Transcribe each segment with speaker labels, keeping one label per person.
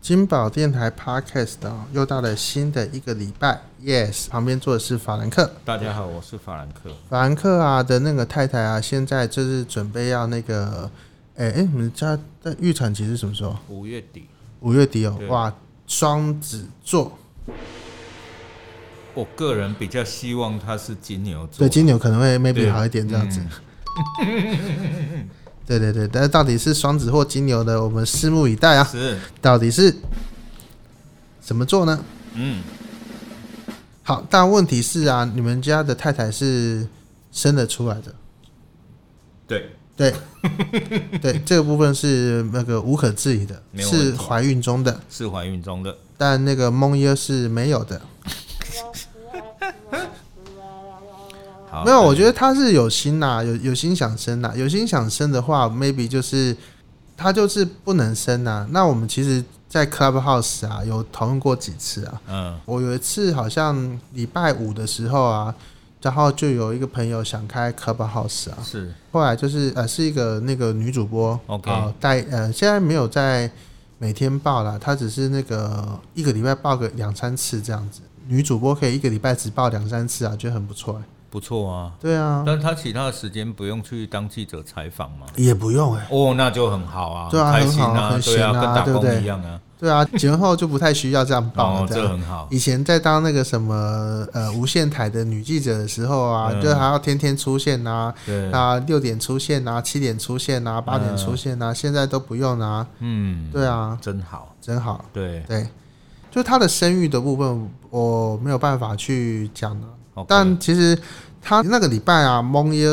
Speaker 1: 金宝电台 Podcast 啊、又到了新的一个礼拜，Yes，旁边坐的是法兰克。
Speaker 2: 大家好，我是法兰克。
Speaker 1: 法兰克啊的那个太太啊，现在就是准备要那个，哎、哎，你们家的预产期是什么时候？
Speaker 2: 五月底，
Speaker 1: 五月底哦，
Speaker 2: 对
Speaker 1: 哇，双子座，
Speaker 2: 我个人比较希望他是金牛座。
Speaker 1: 对，金牛可能会 maybe
Speaker 2: 对嗯
Speaker 1: 好一点这样子。 对对对，但是到底是双子或金牛的，我们拭目以待啊。
Speaker 2: 是，
Speaker 1: 到底是什么座呢？
Speaker 2: 嗯，
Speaker 1: 好，但问题是啊，你们家的太太是生得出来的，
Speaker 2: 对，
Speaker 1: 对， 对，这个部分是那个无可置疑的，
Speaker 2: 没有问
Speaker 1: 是
Speaker 2: 题
Speaker 1: 怀孕中的，
Speaker 2: 是怀孕中的。
Speaker 1: 但那个蒙耶是没有的。
Speaker 2: 好，
Speaker 1: 没有，我
Speaker 2: 得
Speaker 1: 觉得他是有心呐、有有心想生呐、有心想生的话，maybe 就是他就是不能生呐、那我们其实，在 Clubhouse 啊，有讨论过几次啊。
Speaker 2: 嗯，
Speaker 1: 我有一次好像礼拜五的时候啊，然后就有一个朋友想开 Clubhouse 啊，
Speaker 2: 是
Speaker 1: 后来就是呃是一个那个女主播
Speaker 2: OK
Speaker 1: 啊带呃现在没有在每天报啦，她只是那个一个礼拜报个两三次这样子。女主播可以一个礼拜只报两三次啊，觉得很不错、欸。
Speaker 2: 不错啊。
Speaker 1: 对啊，
Speaker 2: 但他其他的时间不用去当记者采访嘛？
Speaker 1: 也不用哎、
Speaker 2: 哦，那就很好啊，
Speaker 1: 对啊
Speaker 2: 开
Speaker 1: 很
Speaker 2: 心
Speaker 1: 好
Speaker 2: 啊，
Speaker 1: 很
Speaker 2: 对
Speaker 1: 闲啊
Speaker 2: 啊，跟打
Speaker 1: 对不对啊
Speaker 2: 工一样啊。
Speaker 1: 对啊，结婚后就不太需要这样报
Speaker 2: 哦
Speaker 1: 了，。这
Speaker 2: 这
Speaker 1: 样
Speaker 2: 很好。
Speaker 1: 以前在当那个什么呃无线台的女记者的时候啊，
Speaker 2: 嗯
Speaker 1: 就还要天天出现呐、
Speaker 2: 对，
Speaker 1: 啊，六点出现呐、七点出现呐、八点出现呐、现在都不用啊。
Speaker 2: 嗯，
Speaker 1: 对啊，
Speaker 2: 真好。
Speaker 1: 真好。
Speaker 2: 对，
Speaker 1: 对，就她的生育的部分，我没有办法去讲的。
Speaker 2: OK
Speaker 1: 但其实她那个礼拜啊，蒙耶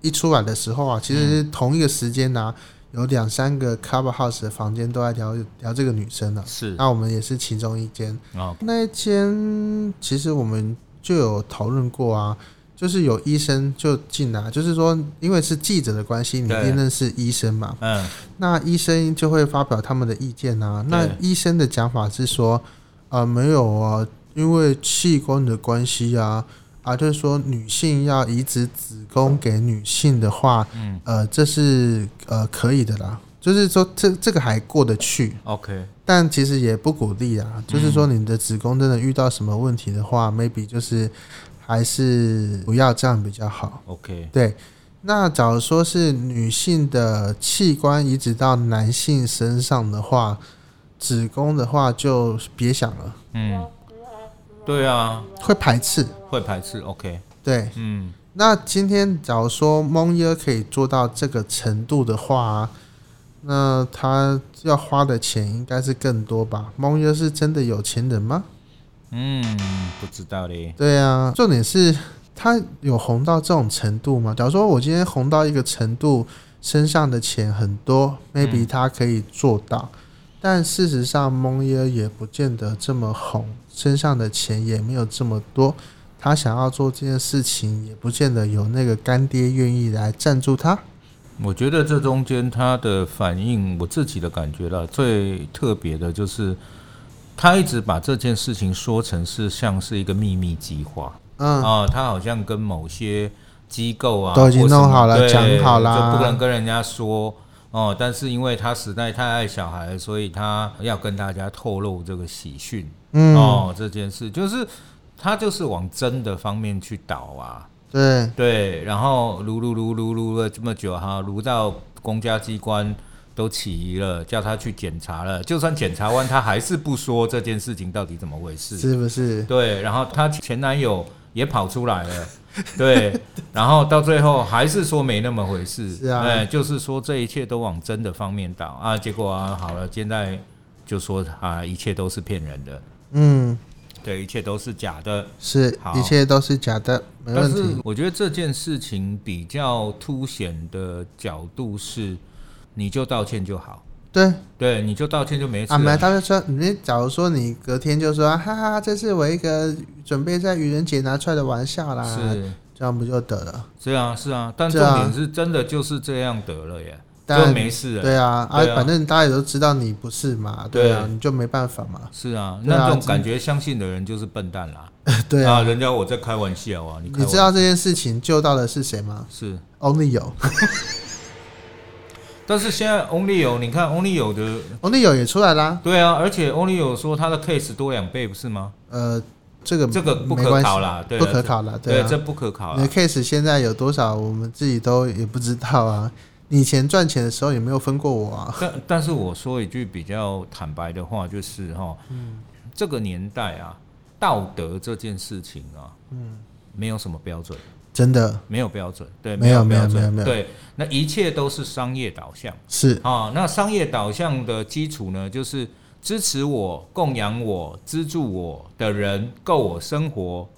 Speaker 1: 一出来的时候啊，其实
Speaker 2: 嗯
Speaker 1: 同一个时间呢、有两三个 Cover House 的房间都在聊聊这个女生呢、
Speaker 2: 是
Speaker 1: 那我们也是其中一间，
Speaker 2: 哦，
Speaker 1: 那一间其实我们就有讨论过啊，就是有医生就进来，就是说因为是记者的关系，你一
Speaker 2: 对
Speaker 1: 定认识医生嘛，
Speaker 2: 嗯，
Speaker 1: 那医生就会发表他们的意见啊。那
Speaker 2: 对
Speaker 1: 医生的讲法是说，啊、没有啊，因为器官的关系啊，啊，就是说女性要移植子宫给女性的话，
Speaker 2: 嗯，
Speaker 1: 呃，这是呃可以的啦，就是说这这个还过得去，
Speaker 2: OK，
Speaker 1: 但其实也不鼓励啊。就是说
Speaker 2: 嗯
Speaker 1: 你的子宫真的遇到什么问题的话、m a y b e 就是还是不要这样比较好。
Speaker 2: OK，
Speaker 1: 对，那假如说是女性的器官移植到男性身上的话，子宫的话就别想了，
Speaker 2: 嗯，对啊，
Speaker 1: 会排斥。
Speaker 2: 会排斥。OK，
Speaker 1: 对，
Speaker 2: 嗯，
Speaker 1: 那今天假如说蒙耶可以做到这个程度的话，啊那他要花的钱应该是更多吧？蒙耶是真的有钱人吗？
Speaker 2: 嗯，不知道嘞。
Speaker 1: 对啊，重点是他有红到这种程度吗？假如说我今天红到一个程度，身上的钱很多，maybe
Speaker 2: 嗯
Speaker 1: 他可以做到，但事实上蒙耶也不见得这么红，身上的钱也没有这么多。他想要做这件事情，也不见得有那个干爹愿意来赞助他。
Speaker 2: 我觉得这中间他的反应，我自己的感觉了，最特别的就是他一直把这件事情说成是像是一个秘密计划啊、
Speaker 1: 嗯，
Speaker 2: 他好像跟某些机构啊
Speaker 1: 都已经
Speaker 2: 或什么
Speaker 1: 弄好了
Speaker 2: 对
Speaker 1: 讲好啦
Speaker 2: 就不能跟人家说哦、但是因为他实在太爱小孩，所以他要跟大家透露这个喜讯、
Speaker 1: 嗯，
Speaker 2: 哦，这件事就是他就是往真的方面去导啊。
Speaker 1: 对，
Speaker 2: 对，然后撸撸撸撸撸了这么久哈，撸到公家机关都起疑了，叫他去检查了，就算检查完，他还是不说这件事情到底怎么回事。
Speaker 1: 是不是？
Speaker 2: 对，然后他前男友也跑出来了，对，然后到最后还是说没那么回事，
Speaker 1: 是啊
Speaker 2: 哎就是说这一切都往真的方面倒啊，结果啊，好了，现在就说啊，一切都是骗人的，
Speaker 1: 嗯，
Speaker 2: 对，一切都是假的，
Speaker 1: 是，
Speaker 2: 好
Speaker 1: 一切都是假的，没
Speaker 2: 但
Speaker 1: 问
Speaker 2: 是
Speaker 1: 题。
Speaker 2: 我觉得这件事情比较凸显的角度是，你就道歉就好，
Speaker 1: 对，
Speaker 2: 对，你就道歉就没事
Speaker 1: 啊，没有，
Speaker 2: 了。
Speaker 1: 他就说，你假如说你隔天就说，哈哈，这是我一个准备在愚人节拿出来的玩笑啦，
Speaker 2: 是，
Speaker 1: 这样不就得了？
Speaker 2: 是啊，是啊，但
Speaker 1: 啊是
Speaker 2: 重
Speaker 1: 啊
Speaker 2: 点是真的就是这样得了耶，
Speaker 1: 但
Speaker 2: 就没事了。
Speaker 1: 对啊，啊，
Speaker 2: 对啊
Speaker 1: 反正大家也都知道你不是嘛，对啊，
Speaker 2: 对
Speaker 1: 你就没办法 嘛，
Speaker 2: 是啊，
Speaker 1: 对啊
Speaker 2: 那种
Speaker 1: 真
Speaker 2: 感觉相信的人就是笨蛋啦。
Speaker 1: 对啊。
Speaker 2: 人家我在开玩笑啊，你开
Speaker 1: 你
Speaker 2: 玩
Speaker 1: 知道这件事情救到的是谁吗
Speaker 2: 是，
Speaker 1: ？Only 有，
Speaker 2: 但是现在 Only 有，你看 Only 有的，
Speaker 1: 哦，那有也出来啦，
Speaker 2: 对啊，而且 Only 有说他的 case 多两倍，不是吗？
Speaker 1: 呃，这个
Speaker 2: 这个不
Speaker 1: 没
Speaker 2: 可
Speaker 1: 关系
Speaker 2: 考啦，对啊
Speaker 1: 不可，考了，
Speaker 2: 对
Speaker 1: 啊
Speaker 2: 这。不可考
Speaker 1: 你的
Speaker 2: 啦。
Speaker 1: case 现在有多少，我们自己都也不知道啊。你以前赚钱的时候也没有分过我啊。
Speaker 2: 但但是我说一句比较坦白的话，就是哈，这个年代啊，道德这件事情啊，嗯，没有什么标准，
Speaker 1: 真的
Speaker 2: 没有标准，对，
Speaker 1: 没有没有
Speaker 2: 标准
Speaker 1: 没有没有
Speaker 2: 对，那一切都是商业导向。
Speaker 1: 是
Speaker 2: 啊、那商业导向的基础呢，就是支持我、供养我、资助我的人够我生活，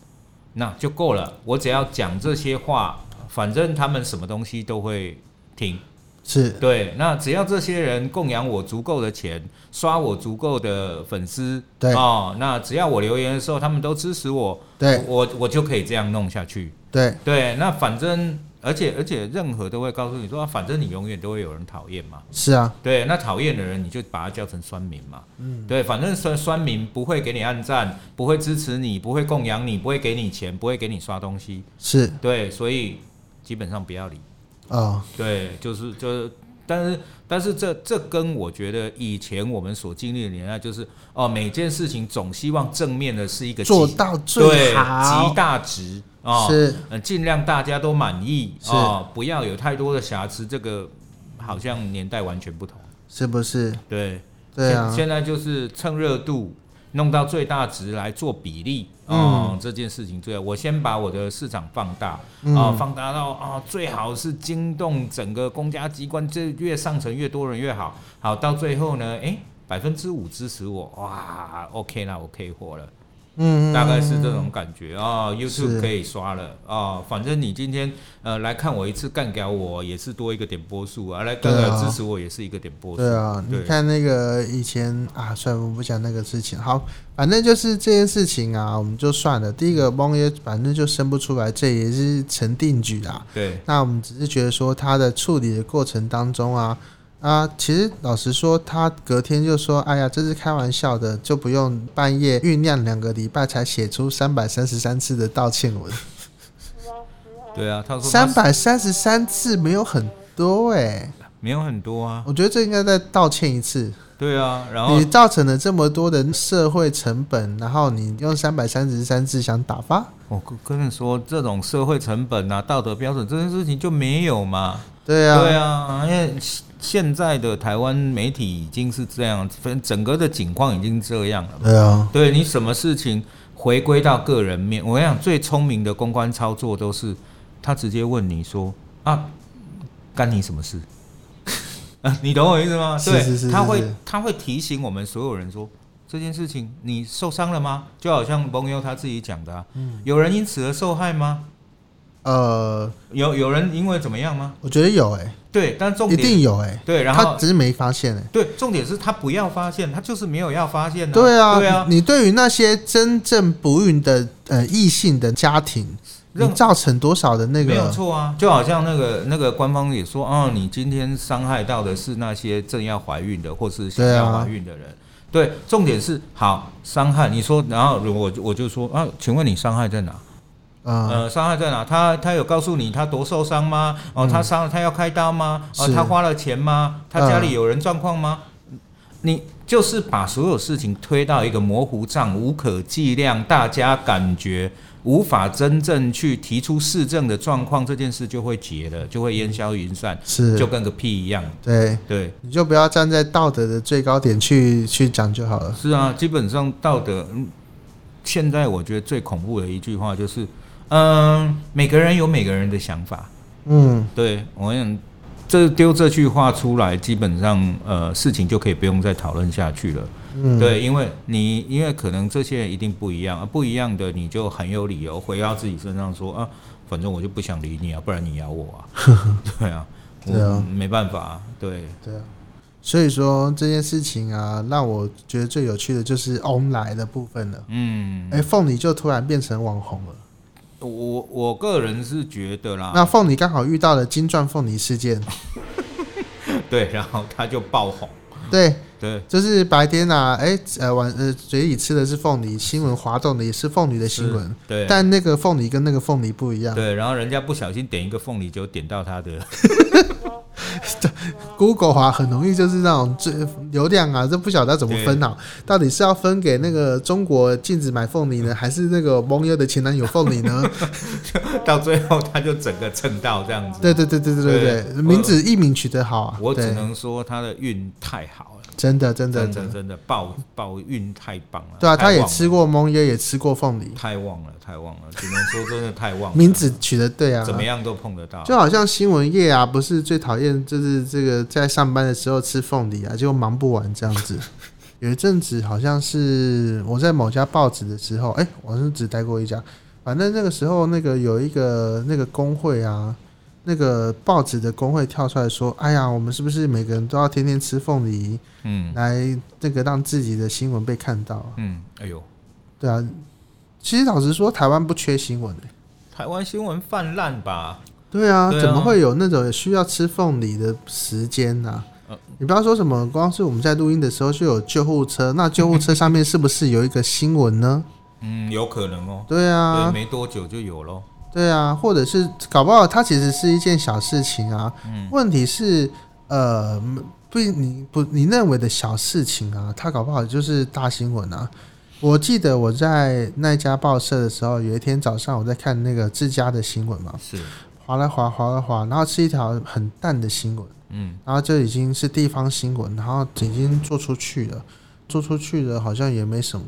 Speaker 2: 那就够了。我只要讲这些话，反正他们什么东西都会听。
Speaker 1: 是，
Speaker 2: 对，那只要这些人供养我足够的钱，刷我足够的粉丝，
Speaker 1: 对
Speaker 2: 哦，那只要我留言的时候，他们都支持我，
Speaker 1: 对
Speaker 2: 我我就可以这样弄下去。
Speaker 1: 对
Speaker 2: 对，那反正而且而且任何都会告诉你说，啊反正你永远都会有人讨厌嘛。
Speaker 1: 是啊，
Speaker 2: 对，那讨厌的人你就把他叫成酸民嘛。嗯，对，反正酸酸民不会给你按赞，不会支持你，不会供养你，不会给你钱，不会给你刷东西。
Speaker 1: 是
Speaker 2: 对，所以基本上不要理。
Speaker 1: 哦，
Speaker 2: 对，就是就是，但是但是这这跟我觉得以前我们所经历的年代，就是哦，每件事情总希望正面的是一个
Speaker 1: 做
Speaker 2: 极
Speaker 1: 到
Speaker 2: 对
Speaker 1: 最好
Speaker 2: 极大值啊，哦、
Speaker 1: 是
Speaker 2: 呃尽量大家都满意啊、
Speaker 1: 是
Speaker 2: 哦，不要有太多的瑕疵。这个好像年代完全不同。
Speaker 1: 是不是？
Speaker 2: 对，
Speaker 1: 对啊
Speaker 2: 现，现在就是趁热度弄到最大值来做比例哦，这件事情最好。我先把我的市场放大啊、
Speaker 1: 嗯
Speaker 2: 放大到啊、最好是惊动整个公家机关，这越上层越多人越好。好，到最后呢，哎、百分之五支持我，哇，OK 啦，我可以活了，
Speaker 1: 嗯，
Speaker 2: 大概是这种感觉啊、y o u t u b
Speaker 1: 是
Speaker 2: e 可以刷了啊、反正你今天呃来看我一次干掉我也是多一个点播数啊，来干
Speaker 1: 对
Speaker 2: 掉
Speaker 1: 啊
Speaker 2: 支持我也是一个点播数，
Speaker 1: 对啊，你
Speaker 2: 对
Speaker 1: 看那个以前啊，算了，我不讲那个事情。好，反正就是这件事情啊，我们就算了。第一
Speaker 2: 嗯
Speaker 1: 个，梦爷反正就生不出来，这也是成定局啦。
Speaker 2: 对。
Speaker 1: 那我们只是觉得说他的处理的过程当中啊啊，其实老实说，他隔天就说：“哎呀，这是开玩笑的，就不用半夜酝酿两个礼拜才写出三百三十三次的道歉文。
Speaker 2: 对啊，他说
Speaker 1: 三
Speaker 2: 他
Speaker 1: 百三十三次没有很多哎、
Speaker 2: 没有很多啊，
Speaker 1: 我觉得这应该再道歉一次。
Speaker 2: 对啊，然后
Speaker 1: 你造成了这么多的社会成本，然后你用三百三十三字想打发，
Speaker 2: 我跟跟你说，这种社会成本啊、道德标准这件事情就没有嘛，
Speaker 1: 对啊，
Speaker 2: 对啊，因为现现在的台湾媒体已经是这样，整整个的景况已经这样了嘛，
Speaker 1: 对啊，
Speaker 2: 对你什么事情回归到个人面，我想最聪明的公关操作都是他直接问你说啊，干你什么事？ 啊，你懂我意思吗？
Speaker 1: 是
Speaker 2: 对，
Speaker 1: 是是
Speaker 2: 他
Speaker 1: 是
Speaker 2: 会
Speaker 1: 是
Speaker 2: 他会提醒我们所有人说这件事情你受伤了吗？就好像朋友他自己讲的、啊，
Speaker 1: 嗯
Speaker 2: 有人因此而受害吗？
Speaker 1: 呃，
Speaker 2: 有有人因为怎么样吗？
Speaker 1: 我觉得有哎、
Speaker 2: 对，但重
Speaker 1: 一
Speaker 2: 点
Speaker 1: 定有哎、
Speaker 2: 对，然
Speaker 1: 他
Speaker 2: 后
Speaker 1: 只是没发现哎、
Speaker 2: 对，重点是他不要发现，他就是没有要发现、啊。
Speaker 1: 对啊，
Speaker 2: 对啊，
Speaker 1: 你对于那些真正不孕的呃异性的家庭，你
Speaker 2: 任
Speaker 1: 造成多少的那
Speaker 2: 没有
Speaker 1: 个？
Speaker 2: 错啊，就好像那个那个官方也说，哦，你今天伤害到的是那些正要怀孕的或是想
Speaker 1: 对
Speaker 2: 要
Speaker 1: 啊
Speaker 2: 怀孕的人。对，重点是好伤害。你说，然后我我就说啊，请问你伤害在哪？
Speaker 1: 嗯，
Speaker 2: 呃，伤害在哪？他他有告诉你他多受伤吗？哦，他伤了，他要开刀吗？哦，
Speaker 1: 是，
Speaker 2: 他花了钱吗？他家里有人状况吗？你就是把所有事情推到一个模糊账、无可计量，大家感觉无法真正去提出市政的状况，这件事就会结了，就会烟消云散，就是跟个屁一样。
Speaker 1: 对，
Speaker 2: 对，
Speaker 1: 你就不要站在道德的最高点去去讲就好了。
Speaker 2: 是啊，基本上道德，嗯现在我觉得最恐怖的一句话就是，嗯、每个人有每个人的想法。
Speaker 1: 嗯，
Speaker 2: 对，我想这丢这句话出来，基本上呃事情就可以不用再讨论下去了。
Speaker 1: 嗯，
Speaker 2: 对，因为你因为可能这些人一定不一样，啊、不一样的你就很有理由回到自己身上说啊，反正我就不想理你啊，不然你咬 我啊。对啊，我
Speaker 1: 对啊
Speaker 2: 没办法、啊，对，
Speaker 1: 对啊。所以说这件事情啊，让我觉得最有趣的就是 on 来的部分了。
Speaker 2: 嗯，
Speaker 1: 哎、凤梨就突然变成网红了。
Speaker 2: 我我个人是觉得啦，
Speaker 1: 那凤梨刚好遇到了金钻凤梨事件，
Speaker 2: 对，然后他就爆红，
Speaker 1: 对，
Speaker 2: 对，
Speaker 1: 就是白天啊，哎、呃晚呃嘴里吃的是凤梨，新闻滑动的也是凤梨的新闻，
Speaker 2: 对。
Speaker 1: 但那个凤梨跟那个凤梨不一样，
Speaker 2: 对，然后人家不小心点一个凤梨，就点到他的
Speaker 1: Google 啊，很容易就是那种这流量啊，这不晓得要怎么分啊，到底是要分给那个中国禁止买凤梨呢，还是那个蒙优的前男友凤梨呢？
Speaker 2: 到最后他就整个蹭到这样子。
Speaker 1: 对对对对对对
Speaker 2: 对
Speaker 1: 对，名字艺名取得好啊，
Speaker 2: 我只
Speaker 1: 对，
Speaker 2: 能说他的运太好了，
Speaker 1: 真的真的
Speaker 2: 真
Speaker 1: 真
Speaker 2: 的
Speaker 1: 的，
Speaker 2: 真的爆爆运太棒了。
Speaker 1: 对啊，
Speaker 2: 太
Speaker 1: 他也
Speaker 2: 旺了
Speaker 1: 吃过蒙优，也吃过凤梨，
Speaker 2: 太旺了，太旺了，只能说真的太旺了。
Speaker 1: 名字取得对啊，
Speaker 2: 怎么样都碰得到，
Speaker 1: 就好像新闻业啊，不是最讨厌就是这个在上班的时候吃凤梨啊，结果忙不完这样子。有一阵子好像是我在某家报纸的时候，哎、我是只待过一家，反正那个时候那个有一个那个工会啊，那个报纸的工会跳出来说，哎呀，我们是不是每个人都要天天吃凤梨
Speaker 2: 嗯
Speaker 1: 来那个让自己的新闻被看到啊？
Speaker 2: 嗯，哎呦，
Speaker 1: 对啊，其实老实说，台湾不缺新闻、欸
Speaker 2: 台湾新闻泛滥吧？
Speaker 1: 对啊，
Speaker 2: 对啊
Speaker 1: 怎么会有那种需要吃凤梨的时间呢、你不要说什么，光是我们在录音的时候就有救护车，那救护车上面是不是有一个新闻呢？
Speaker 2: 嗯，有可能哦，
Speaker 1: 对
Speaker 2: 对，
Speaker 1: 啊，
Speaker 2: 没多久就有喽。
Speaker 1: 对啊，或者是搞不好它其实是一件小事情啊。问题是，呃，不，你不你认为的小事情啊，它搞不好就是大新闻啊。我记得我在那家报社的时候，有一天早上我在看那个自家的新闻嘛，
Speaker 2: 是，
Speaker 1: 划来划划来划，然后是一条很淡的新闻。
Speaker 2: 嗯，
Speaker 1: 然后这已经是地方新闻，然后已经做出去了，做出去了好像也没什么，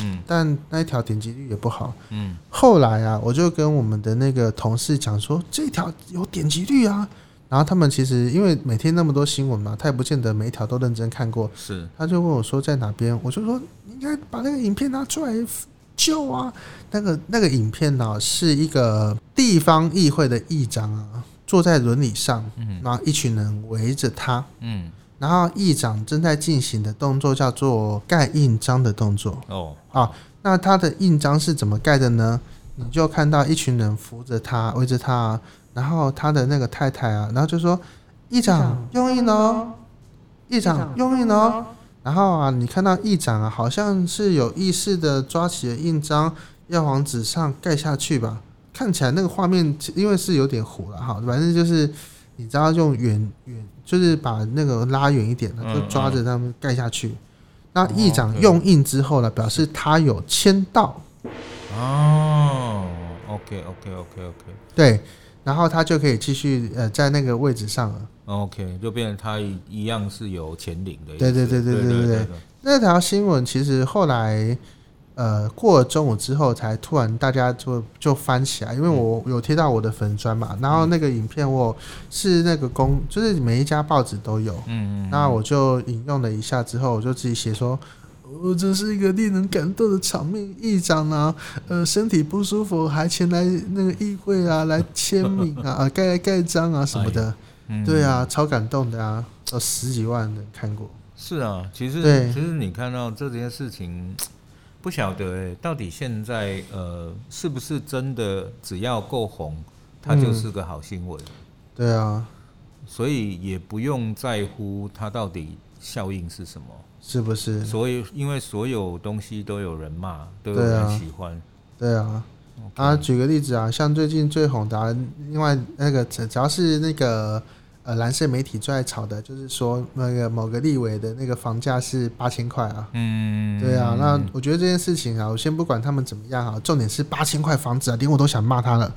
Speaker 2: 嗯，
Speaker 1: 但那一条点击率也不好，
Speaker 2: 嗯，
Speaker 1: 后来啊，我就跟我们的那个同事讲说，这条有点击率啊，然后他们其实因为每天那么多新闻嘛，他也不见得每一条都认真看过，
Speaker 2: 是，
Speaker 1: 他就问我说在哪边，我就说你应该把那个影片拿出来救啊！那个那个影片呢、是一个地方议会的议长啊，坐在轮椅上，然后一群人围着他，
Speaker 2: 嗯，
Speaker 1: 然后议长正在进行的动作叫做盖印章的动作。
Speaker 2: 哦，
Speaker 1: 啊那他的印章是怎么盖的呢？你就看到一群人扶着他，围着他，啊然后他的那个太太啊，然后就说：“议长用印哦，议长用印哦。”然后啊，你看到议长啊，好像是有意识的抓起了印章，要往纸上盖下去吧。看起来那个画面，因为是有点糊了哈，反正就是你知道用远远，就是把那个拉远一点，
Speaker 2: 嗯
Speaker 1: 就抓着他们盖下去。那议
Speaker 2: 哦
Speaker 1: 长
Speaker 2: 对
Speaker 1: 用印之后呢，表示他有签到，
Speaker 2: 哦，OK，OK，OK，OK，OK，
Speaker 1: 对，然后他就可以继续呃在那个位置上了。
Speaker 2: 就变成他一一样是有前领的意思。
Speaker 1: 对对对对
Speaker 2: 对嗯
Speaker 1: 对对对那条新闻其实后来呃过了中午之后，才突然大家就就翻起来，因为
Speaker 2: 嗯
Speaker 1: 我有贴到我的粉砖嘛，然后那个影片我是那个公，就是每一家报纸都有，
Speaker 2: 嗯嗯，
Speaker 1: 那我就引用了一下之后，我就自己写说。哦，这是一个令人感动的场面，议长啊，呃，身体不舒服还前来那个议会啊，来签名啊，啊 盖盖章啊什么的，
Speaker 2: 嗯
Speaker 1: 对，啊，超感动的啊，有十几万人看过，
Speaker 2: 是啊，其实
Speaker 1: 对
Speaker 2: 其实你看到这件事情，不晓得哎、到底现在呃是不是真的只要够红，它就是个好新闻，
Speaker 1: 对啊，
Speaker 2: 所以也不用在乎它到底效应是什么。
Speaker 1: 是不是？
Speaker 2: 所以因为所有东西都有人骂，都有
Speaker 1: 对啊
Speaker 2: 人喜欢，
Speaker 1: 对啊，啊，举个例子啊，像最近最红的、啊，另外那个只只要是那个呃蓝色媒体最爱炒的，就是说那个某个立委的那个房价是八千块啊，
Speaker 2: 嗯，
Speaker 1: 对啊，那我觉得这件事情啊，我先不管他们怎么样啊，重点是八千块房子啊，连我都想骂他了，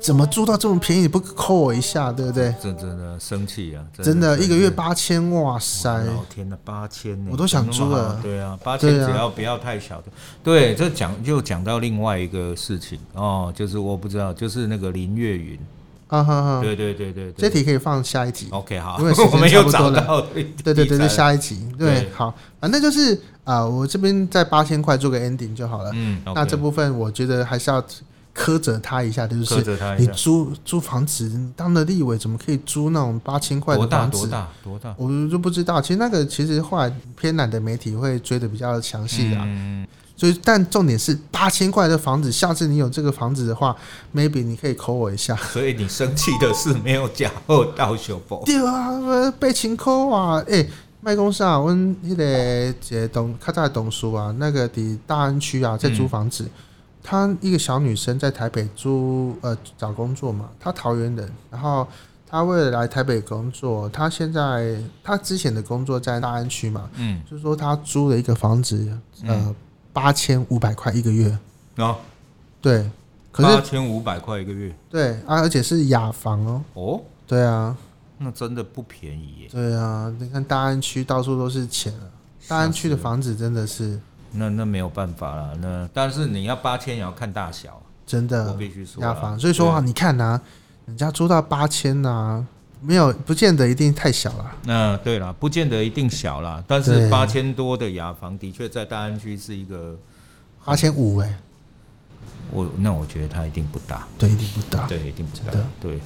Speaker 1: 怎么租到这么便宜？你不扣我一下，对不对？
Speaker 2: 这真的生气啊！
Speaker 1: 真的，
Speaker 2: 生气
Speaker 1: 一个月八千，哇塞！
Speaker 2: 老天呐，啊八千呢，
Speaker 1: 哎我都想租了
Speaker 2: 怎么那么好对啊，八千
Speaker 1: 对啊
Speaker 2: 只要不要太小的。对，这讲就讲到另外一个事情哦，就是我不知道，就是那个林月云。
Speaker 1: 啊哈哈，
Speaker 2: 对对对对
Speaker 1: 这
Speaker 2: 对。
Speaker 1: 题可以放下一集。
Speaker 2: OK 好，
Speaker 1: 因为时间
Speaker 2: 我们又
Speaker 1: 差不多
Speaker 2: 找
Speaker 1: 了
Speaker 2: 到
Speaker 1: 对对对，
Speaker 2: 第
Speaker 1: 就
Speaker 2: 三
Speaker 1: 下一集。对，
Speaker 2: 对
Speaker 1: 好，反正就是啊、我这边在八千块做个 ending 就好了。
Speaker 2: 嗯，
Speaker 1: 那这部分我觉得还是要苛责他一下，就
Speaker 2: 苛
Speaker 1: 是
Speaker 2: 责他一
Speaker 1: 你
Speaker 2: 下，
Speaker 1: 租租房子，你当了立委怎么可以租那种八千块
Speaker 2: 多
Speaker 1: 的
Speaker 2: 大
Speaker 1: 房
Speaker 2: 多
Speaker 1: 子？
Speaker 2: 大多大？
Speaker 1: 我就不知道，其实那个其实后来偏蓝的媒体会追的比较详细啊，
Speaker 2: 嗯，
Speaker 1: 所以但重点是八千块的房子，下次你有这个房子的话，maybe 你可以扣我一下。
Speaker 2: 所以你生气的是没有假后到修 补。
Speaker 1: 对啊，呃被情扣啊！诶，麦公司啊，阮迄个一个同较早的同事啊，那个伫大安区啊，在租房子。她一个小女生在台北租呃找工作嘛，她桃园人，然后他为了来台北工作，他现在他之前的工作在大安区嘛，
Speaker 2: 嗯，
Speaker 1: 就是说他租了一个房子，呃，八千五百块一个月，
Speaker 2: 然后
Speaker 1: 对，可
Speaker 2: 嗯哦八
Speaker 1: 是
Speaker 2: 千五百块一个月
Speaker 1: 对啊，而且是雅房哦，
Speaker 2: 哦，
Speaker 1: 对啊，
Speaker 2: 那真的不便宜耶。
Speaker 1: 对啊，你看大安区到处都是钱啊，大安区的房子真的是
Speaker 2: 那那没有办法啦，那但是你要八千也要看大小，
Speaker 1: 真
Speaker 2: 我
Speaker 1: 的
Speaker 2: 必须说啦
Speaker 1: 雅嗯房，所以说啊，你看啊，人家租到八千呐，没有不见得一定太小啦。
Speaker 2: 那对啦，不见得一定小啦，但是
Speaker 1: 对
Speaker 2: 八千多的雅房的确在大安区是一个，
Speaker 1: 八千五哎，
Speaker 2: 我那我觉得它一定不大，
Speaker 1: 对，一定不大。
Speaker 2: 对，一定不大
Speaker 1: 真的，
Speaker 2: 对，